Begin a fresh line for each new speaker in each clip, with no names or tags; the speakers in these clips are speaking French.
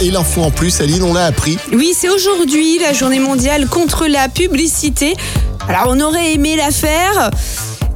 et l'info en plus, Aline, on l'a appris.
Oui, c'est aujourd'hui la journée mondiale contre la publicité. Alors, on aurait aimé la faire.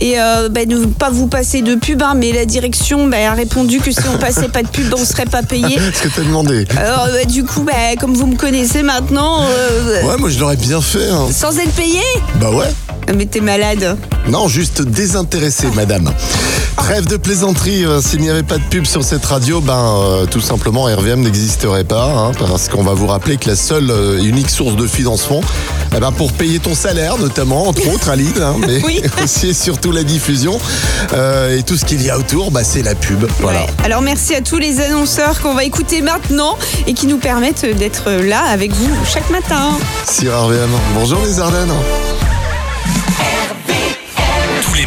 Et euh, bah, ne pas vous passer de pub, hein, mais la direction bah, a répondu que si on passait pas de pub, on serait pas payé.
Ce que t'as demandé.
Alors, bah, du coup, bah, comme vous me connaissez maintenant, euh,
Ouais, moi je l'aurais bien fait. hein.
sans être payé Ah,
Bah ouais.
Mais t'es malade.
Non, juste désintéressé, madame. Trêve de plaisanterie, euh, s'il n'y avait pas de pub sur cette radio, ben euh, tout simplement RVM n'existerait pas, hein, parce qu'on va vous rappeler que la seule euh, unique source de financement, eh ben, pour payer ton salaire notamment, entre autres Aline, hein, mais
Oui.
aussi et surtout la diffusion, euh, et tout ce qu'il y a autour, bah, c'est la pub. Voilà.
Ouais. Alors merci à tous les annonceurs qu'on va écouter maintenant et qui nous permettent d'être là avec vous chaque matin.
Sur RVM. Bonjour les Ardennes.
Tous les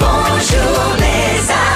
bonjour les Ardennes.